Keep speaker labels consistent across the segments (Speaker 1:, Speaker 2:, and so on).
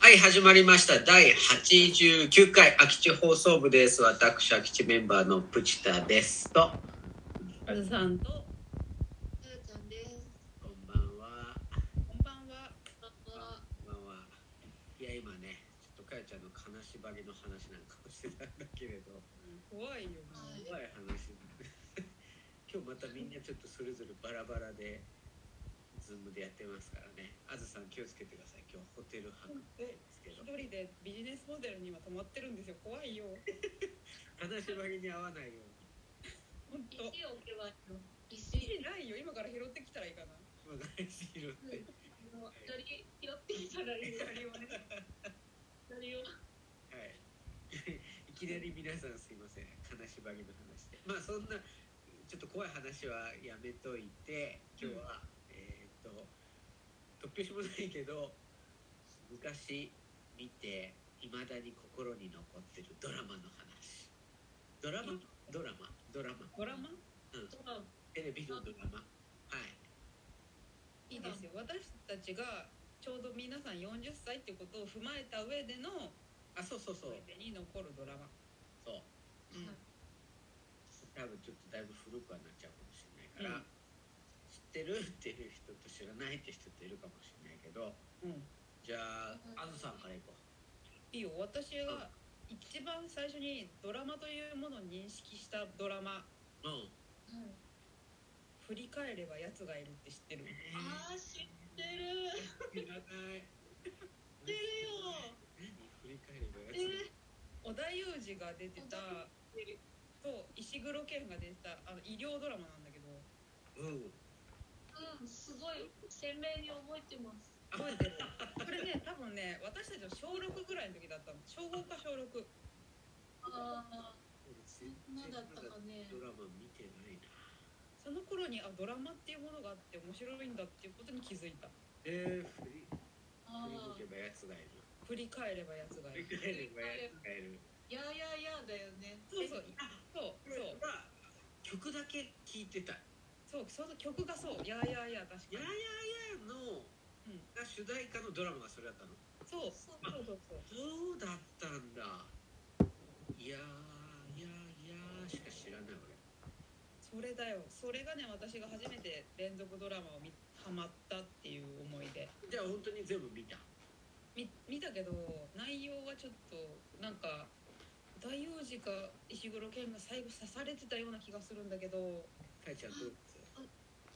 Speaker 1: はい始まりました第89回空き地放送部です私空き地メンバーのプチタですと
Speaker 2: カズさんと、
Speaker 3: ゆうちゃんです。
Speaker 1: こんばんは
Speaker 2: こんばんは。
Speaker 3: こ
Speaker 1: こん
Speaker 3: んばんは。
Speaker 1: ばんはいや今ねちょっとかやちゃんの金縛りの話なんかもしてたんだけれど
Speaker 2: 怖いよ。
Speaker 3: はい
Speaker 1: 怖い話今日またみんなちょっとそれぞれバラバラでズームでやってますからねあずさん気をつけてください今日ホテル泊で
Speaker 2: で、
Speaker 1: すけ
Speaker 2: 一
Speaker 1: ど
Speaker 2: 人でビジネスモデルに今泊まってるんですよ。怖いよ。
Speaker 1: 金縛りに合わないように
Speaker 2: 本
Speaker 3: 石
Speaker 2: 当。
Speaker 3: を置けばいいの。石。
Speaker 2: 意味ないよ。今から拾ってきたらいいかな。
Speaker 1: 今大事拾って
Speaker 3: あの、鳥拾ってきたらいいの。
Speaker 2: 二人をね。
Speaker 3: 鳥を。
Speaker 1: はい。い きなり皆さんすいません。金縛りの話で。まあそんな、ちょっと怖い話はやめといて、今日は、えーっと、突拍子もないけど、昔見て、いまだに心に残ってるドラマの話。ドラマドラマドラマ。
Speaker 2: ドラマ
Speaker 1: うん。
Speaker 3: ドラマ。
Speaker 1: テレビのドラマ。はい。
Speaker 2: いいですよ。私たちがちょうど皆さん40歳ってことを踏まえた上での
Speaker 1: あ、そうそうそう
Speaker 2: 思。い出に残るドラマ。
Speaker 1: そう。
Speaker 2: うん
Speaker 1: 多分ちょっとだいぶ古くはなっちゃうかもしれないから、
Speaker 2: うん
Speaker 1: 知ってるっていう人と知らないって人っているかもしれないけど
Speaker 2: うん。
Speaker 1: じゃああ
Speaker 3: うん
Speaker 1: ずさんからいこう
Speaker 2: いいよ。私が一番最初にドラマというものを認識したドラマ。
Speaker 1: うん
Speaker 3: うん。
Speaker 2: 振り返れば奴がいるって知ってる。
Speaker 3: ああ、知って
Speaker 1: 知
Speaker 3: る。
Speaker 1: らない
Speaker 3: 知ってる
Speaker 1: 何振り返ればや
Speaker 3: よ。え
Speaker 2: 織田裕二が出てた
Speaker 3: 出る
Speaker 2: そう石黒賢が出てたあの医療ドラマなんだけど
Speaker 1: うん
Speaker 3: ー、うん、すごい。鮮明に覚えてます。
Speaker 2: 覚えてるこれね多分ね私たちの小6ぐらいの時だったの小5か小6
Speaker 3: ああ、
Speaker 1: 俺全
Speaker 3: 何
Speaker 1: 然
Speaker 3: だったかね。
Speaker 1: ドラマ見てないな
Speaker 2: その頃にあドラマっていうものがあって面白いんだっていうことに気づいた
Speaker 1: えー、振り
Speaker 3: あ
Speaker 1: 振り向け
Speaker 3: あ、
Speaker 1: ばやつがいる
Speaker 2: 振り返れば奴がい
Speaker 1: 振り
Speaker 2: る
Speaker 1: 返ればやつがいる
Speaker 3: やーやーやーだよね。
Speaker 2: そうそうそう
Speaker 1: これ
Speaker 2: そう
Speaker 1: は曲だけ聴いてた
Speaker 2: そうその曲がそう「やーやーやー」
Speaker 1: 「や
Speaker 2: 確か
Speaker 1: やや
Speaker 2: に」
Speaker 1: の
Speaker 2: うん
Speaker 1: が主題歌のドラマがそれだったの
Speaker 2: そうそ
Speaker 3: そう
Speaker 2: うそうそ
Speaker 1: そう
Speaker 2: う
Speaker 1: だったんだ。いやーいやーいやーしか知らない
Speaker 2: それだよそれがね私が初めて連続ドラマを見ハマったっていう思い出
Speaker 1: 俺。じゃあ本当に全部見た。
Speaker 2: み見たけど内容はちょっとなんか大王子か石黒賢が最後刺されてたような気がするんだけど
Speaker 1: かいちゃんどう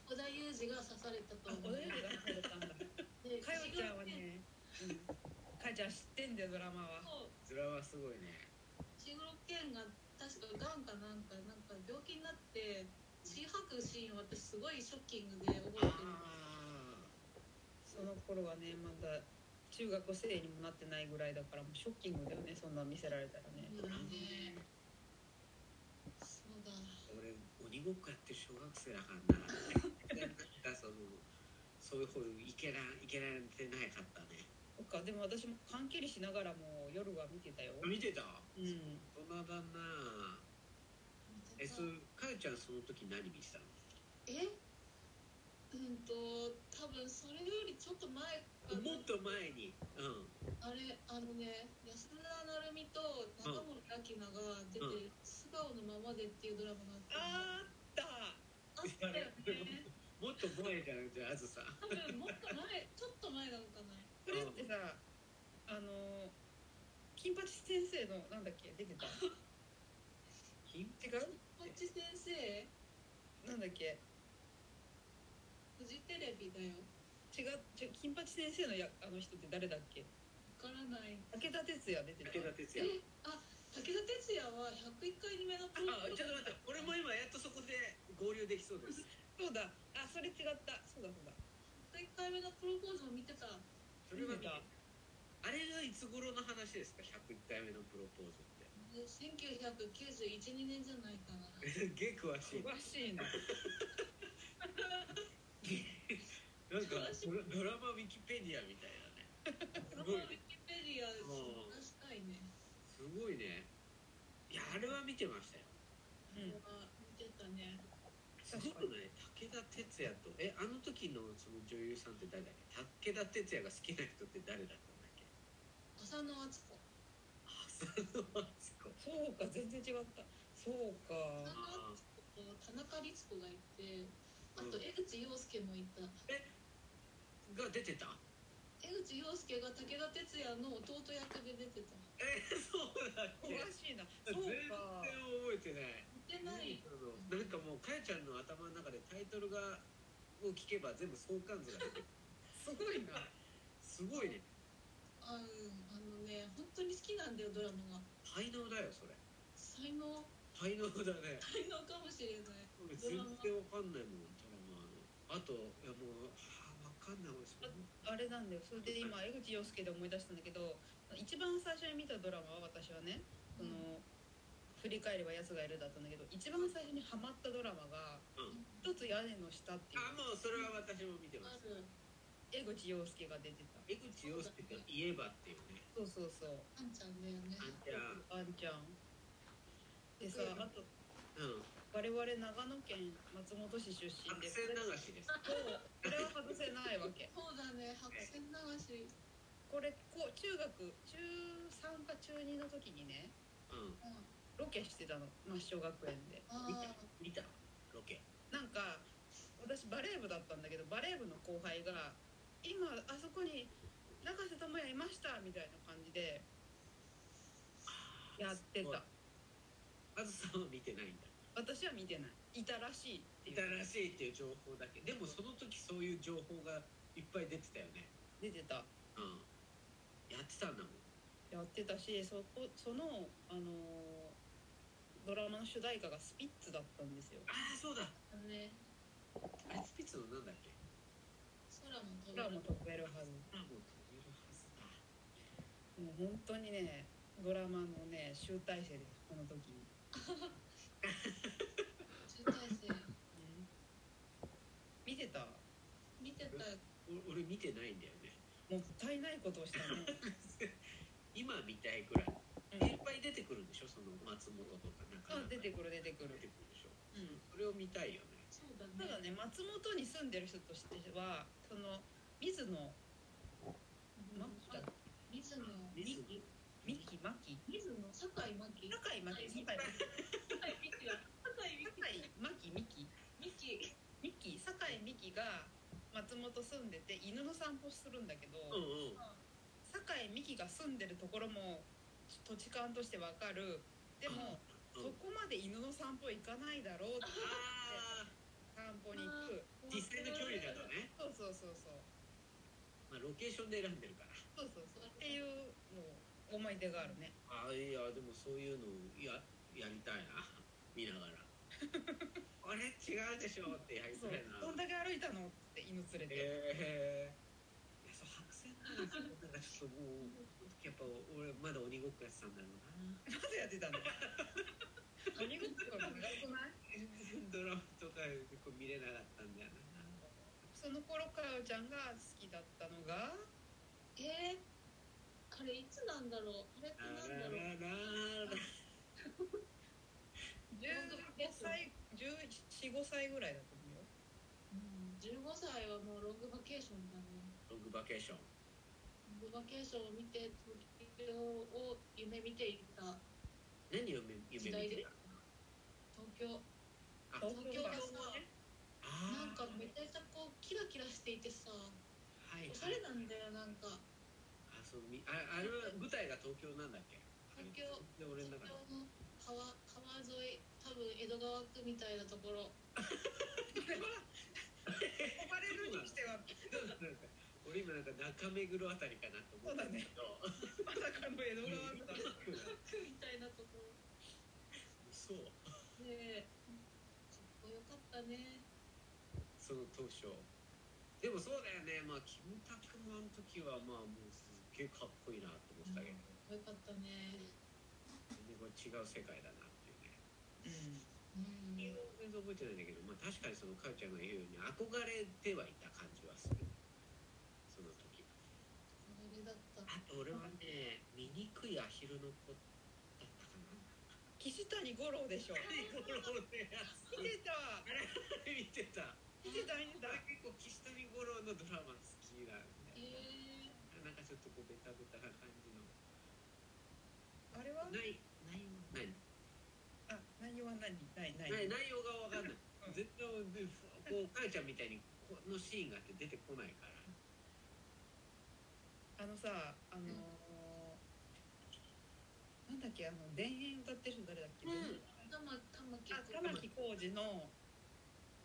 Speaker 3: 織田裕二が刺されたと
Speaker 2: あお
Speaker 3: 思う。
Speaker 2: だよりが刺された んだか
Speaker 3: で
Speaker 2: よちゃんは。ね、うん、かよちゃん知ってんだよドラマは
Speaker 3: そう。
Speaker 1: ズラはすごいね。
Speaker 3: 石黒賢が確かがんかなんかなんか病気になって血吐くシーン私すごいショッキングで覚えて
Speaker 1: あ
Speaker 3: る
Speaker 2: その頃はねまだ中学生にもなってないぐらいだからもうショッキングだよねそんなの見せられたらね
Speaker 3: う
Speaker 1: ー
Speaker 3: ん
Speaker 1: ね
Speaker 3: ねそうだ
Speaker 1: 俺鬼ごっこやってる小学生だからな。なんかそのそういう方いけらいけられてないかったね。
Speaker 2: そっかでも私も缶蹴りしながらも夜は見てたよ
Speaker 1: 見てた。
Speaker 2: うん
Speaker 1: 大人だな。えそうかよちゃんその時何見てたの？
Speaker 3: えうんと多分それよりちょっと前かな
Speaker 1: もっと前に。うん。
Speaker 3: あれあのね安田成美と中森明菜が出て
Speaker 1: う
Speaker 3: る「素顔のままで」っていうドラマ
Speaker 2: あーっ
Speaker 3: があっ
Speaker 2: た
Speaker 3: たあったよね
Speaker 1: もっと前じゃんじゃああずさん。
Speaker 3: 多分もっと前ちょっと前なのかな
Speaker 2: それってさあの金八先生のなんだっけ 出てた
Speaker 1: 金
Speaker 2: 違う
Speaker 3: こっち先生
Speaker 2: なんだっけ
Speaker 3: フジテレビだよ
Speaker 2: 違う違う金八先生のやあの人って誰だっけ
Speaker 3: わからない
Speaker 2: 武田鉄矢出てた
Speaker 1: 武田鉄矢。
Speaker 3: えあ武田鉄矢は101回に目のプロ
Speaker 1: あ、ちょっと待って、俺も今やっとそこで合流できそう です。
Speaker 2: そうだあそれ違ったそうだそうだ
Speaker 3: 101回目のプロポーズを見てた
Speaker 1: それは
Speaker 2: 見てた
Speaker 1: あれがいつ頃の話ですか、101回目のプロポーズって。
Speaker 3: 1991年じゃないかな
Speaker 1: す っげえ詳しい。
Speaker 2: 詳しいな
Speaker 1: なんかドラドラマウィキペディアみたいなね。
Speaker 3: プロポーズウィキペディアで
Speaker 1: うん
Speaker 3: 探したいね
Speaker 1: すごいね。いや、あれは見てましたよ。
Speaker 2: うん
Speaker 3: これは見てたね
Speaker 1: すごくない武田鉄矢と、え、あの時のその女優さんって誰だっけ武田鉄矢が好きな人って誰だったんだっけ
Speaker 3: 浅野敦子
Speaker 1: 浅野敦子
Speaker 2: そうか全然違ったそうか
Speaker 3: 浅野敦子と田中律子がいてあと江口洋介もいた
Speaker 1: が出てた
Speaker 3: 江口洋介が武田鉄矢の弟役で出てた
Speaker 1: えそうだっ
Speaker 2: 詳
Speaker 1: け
Speaker 2: しいなそ
Speaker 1: 全然覚
Speaker 2: うか
Speaker 1: えてない
Speaker 3: 似てない
Speaker 1: なんかもうかやちゃんの頭の中でタイトルがを聞けば全部相関図が出てくる
Speaker 2: すごいな
Speaker 1: すごいね
Speaker 3: あうんあのね本当に好きなんだよドラマが
Speaker 1: 才能だよそれ
Speaker 3: 才能
Speaker 1: 才能だね
Speaker 3: 才能かもしれない
Speaker 1: 全然わかんないもんドラマのあといやもうはあわかんない俺その
Speaker 2: あれなんだよそれで今江口洋介で思い出したんだけど一番最初に見たドラマは私はねその、振り返れば奴がいるだったんだけど一番最初にハマったドラマが
Speaker 1: うん
Speaker 2: 「一つ屋根の下」っていう
Speaker 1: あもうそれは私も見てま
Speaker 3: あ
Speaker 1: す
Speaker 3: る
Speaker 2: 江口洋介が出てた
Speaker 1: 江口洋介といえばっていうね
Speaker 2: そうそうそう
Speaker 3: あんちゃんだよね
Speaker 1: あんちゃん
Speaker 2: あんちゃんでさ
Speaker 3: うん
Speaker 2: あと
Speaker 1: うん
Speaker 2: 我々長野県松本市出身
Speaker 1: 白
Speaker 2: で
Speaker 1: 線流しです
Speaker 2: そうこれは外せないわけ
Speaker 3: そうだね白線流し
Speaker 2: これこう中学中3か中2の時にね
Speaker 1: うん
Speaker 3: うん
Speaker 2: ロケしてたの抹消学園で
Speaker 3: あ
Speaker 1: 見た
Speaker 3: ー
Speaker 1: 見たロケ
Speaker 2: なんか私バレー部だったんだけどバレー部の後輩が「今あそこに中瀬智也いました」みたいな感じでやって
Speaker 1: あ
Speaker 2: た
Speaker 1: ずさんは見てないんだ
Speaker 2: 私は見てないいたらしい
Speaker 1: い
Speaker 2: ってい
Speaker 1: た
Speaker 2: う
Speaker 1: らしいっていう情報だけでもその時そういう情報がいっぱい出てたよね
Speaker 2: 出て
Speaker 1: う
Speaker 2: た
Speaker 1: んやってたんだもん
Speaker 2: やってたしそこその、あのードラマの主題歌がスピッツだったんですよ
Speaker 1: ああそうだ
Speaker 3: あのね
Speaker 1: あれスピッツのなんだっけ
Speaker 3: 空も飛べ
Speaker 2: 空
Speaker 3: る
Speaker 2: も飛べるはず
Speaker 1: あもう飛べるはずだ
Speaker 2: もう本当にねドラマのね集大成ですこの時に、
Speaker 3: 集大成
Speaker 2: 見てた
Speaker 3: 見てた
Speaker 1: お俺見てないんだよね
Speaker 2: もったいないことをしたね、
Speaker 1: 今見たいぐらい
Speaker 2: う
Speaker 1: い
Speaker 2: ん
Speaker 1: っぱい出てくるんでしょその松本とかなんか
Speaker 2: あ出てくる出てく
Speaker 1: 出て、
Speaker 2: る
Speaker 1: くるでしょ
Speaker 2: うん、
Speaker 1: それを見たいよね
Speaker 3: そうだ
Speaker 2: ただ
Speaker 3: ね
Speaker 2: ね松本に住んでる人としてはその水野
Speaker 3: う
Speaker 2: 真
Speaker 3: ん
Speaker 2: 紀だ
Speaker 3: 水野
Speaker 1: 水
Speaker 2: 三木真紀
Speaker 3: 水野酒井真紀
Speaker 2: 酒井真紀酒井
Speaker 3: 酒井美紀だ酒井美
Speaker 2: 酒井真紀美紀ミキ
Speaker 3: 紀美紀
Speaker 2: 酒井美紀が松本住んでて犬の散歩するんだけど、
Speaker 1: うんうん
Speaker 2: 酒井美紀が住んでるところも土地勘としてわかるでも、
Speaker 1: うん
Speaker 2: そこまで犬の散歩行かないだろうって
Speaker 1: ああ
Speaker 2: 散歩に行く
Speaker 1: 実際の距離だとね、
Speaker 2: そうそうそうそう
Speaker 1: まあ、ロケーションで選んでるから
Speaker 2: そうそうそうっていうのを思い出があるね
Speaker 1: ああいやでもそういうのややりたいな見なが らあれ違うでしょってやりた
Speaker 2: そう
Speaker 1: い
Speaker 2: どん
Speaker 1: な
Speaker 2: だけ歩いたのって犬連
Speaker 1: え
Speaker 2: れて、
Speaker 1: ー、いやそう白線なんですよなんかちょっともうやっぱ俺まだ鬼ごっこやってたんだろ うな
Speaker 2: まずやってたの何事か長くない
Speaker 1: ドラマとか結構見れなかったんだよな
Speaker 2: その頃かよちゃんが好きだったのが
Speaker 3: えーあれいつなんだろうあれって
Speaker 1: あ
Speaker 3: なん
Speaker 1: らら
Speaker 3: だろ
Speaker 1: ら
Speaker 3: う
Speaker 1: ら
Speaker 2: 15歳145歳ぐらいだと思うよ
Speaker 3: うん15歳はもうロングバケーションだね
Speaker 1: ロングバケーション
Speaker 3: ロングバケーションを見て東京を夢見ていた
Speaker 1: 何夢夢見てた
Speaker 3: 東京
Speaker 1: あ
Speaker 2: 東
Speaker 3: 東京
Speaker 2: 京
Speaker 3: が
Speaker 2: が
Speaker 3: さな
Speaker 1: あー
Speaker 3: んかめちゃめちゃこうキラキラしていてさ
Speaker 1: はいはい
Speaker 3: おしゃれなんだよなんか
Speaker 1: あそうみああれは舞台が東京なんだっけ
Speaker 3: 東京
Speaker 1: で俺
Speaker 3: 東
Speaker 1: の
Speaker 3: 京
Speaker 1: 中で
Speaker 3: の川川沿い多分江戸川区みたいなところ
Speaker 2: 呼ばれるにしては
Speaker 1: なんか俺今なんか中目黒あたりかなと思ったんだけど
Speaker 2: まさかの江戸川区だ
Speaker 3: 区みたいなところ
Speaker 1: そう
Speaker 3: でかっこよかったね
Speaker 1: その当初でもそうだよねまあキムタクもあの時はまあもうすっげえかっこいいなと思ってたけど、
Speaker 3: かっこよかったね
Speaker 1: 全然これ違う世界だなっていうね全
Speaker 2: うん
Speaker 3: うん
Speaker 1: 然覚えてないんだけど、まあ、確かにそのかよちゃんが言うように憧れてはいた感じはするその時
Speaker 3: それだった
Speaker 1: あと俺はね醜いアヒルの子だったか な
Speaker 2: 岸谷五郎でし
Speaker 1: ゴ
Speaker 2: ょ
Speaker 1: ロのや つ
Speaker 2: 見てた
Speaker 1: 見てた
Speaker 2: 見てた見てた
Speaker 1: 俺結構岸谷五郎のドラマ好きなんだよ
Speaker 3: え
Speaker 1: ねなんかちょっとこうベタベタな感じの
Speaker 3: ー、
Speaker 2: あれは
Speaker 1: ない内容ない
Speaker 2: あ内容は何ないない
Speaker 1: ない内容がわかんない
Speaker 2: うん
Speaker 1: 絶対でこうかやちゃんみたいにこのシーンがあって出てこないから
Speaker 2: あのさあのーなんだっけあの田園歌ってる人誰だっけ、
Speaker 3: うん
Speaker 2: あ
Speaker 3: 玉玉木
Speaker 2: 玉置浩二の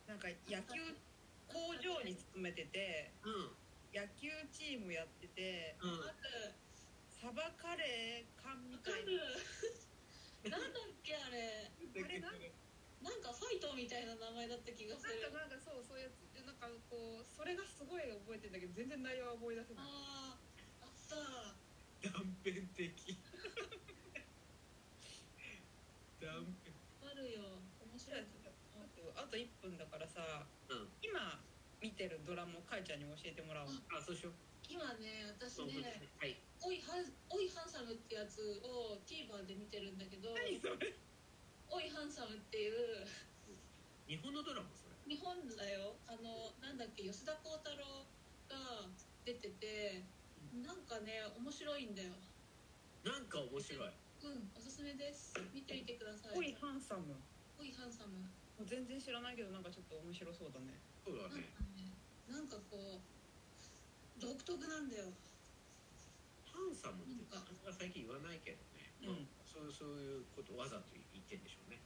Speaker 2: なんか野球工場に勤めてて
Speaker 1: うん
Speaker 2: 野球チームやってて
Speaker 1: うん
Speaker 3: ある
Speaker 2: サバカレー缶み
Speaker 3: わ
Speaker 2: た
Speaker 3: か
Speaker 2: いな
Speaker 3: る なんだっけあれ
Speaker 2: あれなんか
Speaker 3: なんかファイトみたいな名前だった気がする
Speaker 2: なんかそうそういうやつでなんかこうそれがすごい覚えてんだけど全然内容は覚え出せない
Speaker 3: あーあった
Speaker 1: 断片的断片
Speaker 3: あるよ面白いやつ
Speaker 2: あと1分だからさ
Speaker 1: うん
Speaker 2: 今見てるドラマをかいちゃんに教えてもらおう
Speaker 1: あそうしよう
Speaker 3: 今ね私
Speaker 1: そうそうそう
Speaker 3: ね
Speaker 1: はい
Speaker 3: 「おいハンおいハンサム」ってやつを TVer で見てるんだけど
Speaker 2: 何それ
Speaker 3: 「おいハンサム」っていう
Speaker 1: 日本のドラマそれ
Speaker 3: 日本だよあのなんだっけ吉田鋼太郎が出ててなんかね面白いんだよ
Speaker 1: なんか面白い
Speaker 3: うんおすすめです見てみてください
Speaker 2: おいハンサム
Speaker 3: おいハンサム
Speaker 2: もう全然知らないけどなんかちょっと面白そうだね
Speaker 1: そう
Speaker 3: な
Speaker 1: だ
Speaker 3: んかね
Speaker 1: ね
Speaker 3: なんかこう独特なんだよ
Speaker 1: ハンサムってなかなか最近言わないけどね、
Speaker 2: うん
Speaker 1: まあそうそういうことわざと言ってんでしょうね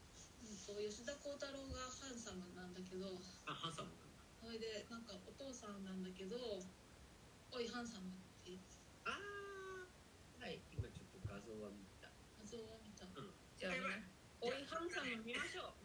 Speaker 3: うんと吉田鋼太郎がハンサムなんだけど
Speaker 1: あハンサムなんだ
Speaker 3: それでなんかお父さんなんだけど「おいハンサム」って
Speaker 1: あーはい今ちょっと画像は見た
Speaker 3: 画像を見た
Speaker 2: じゃあ
Speaker 1: やばい
Speaker 2: ねおいハンサム見ましょう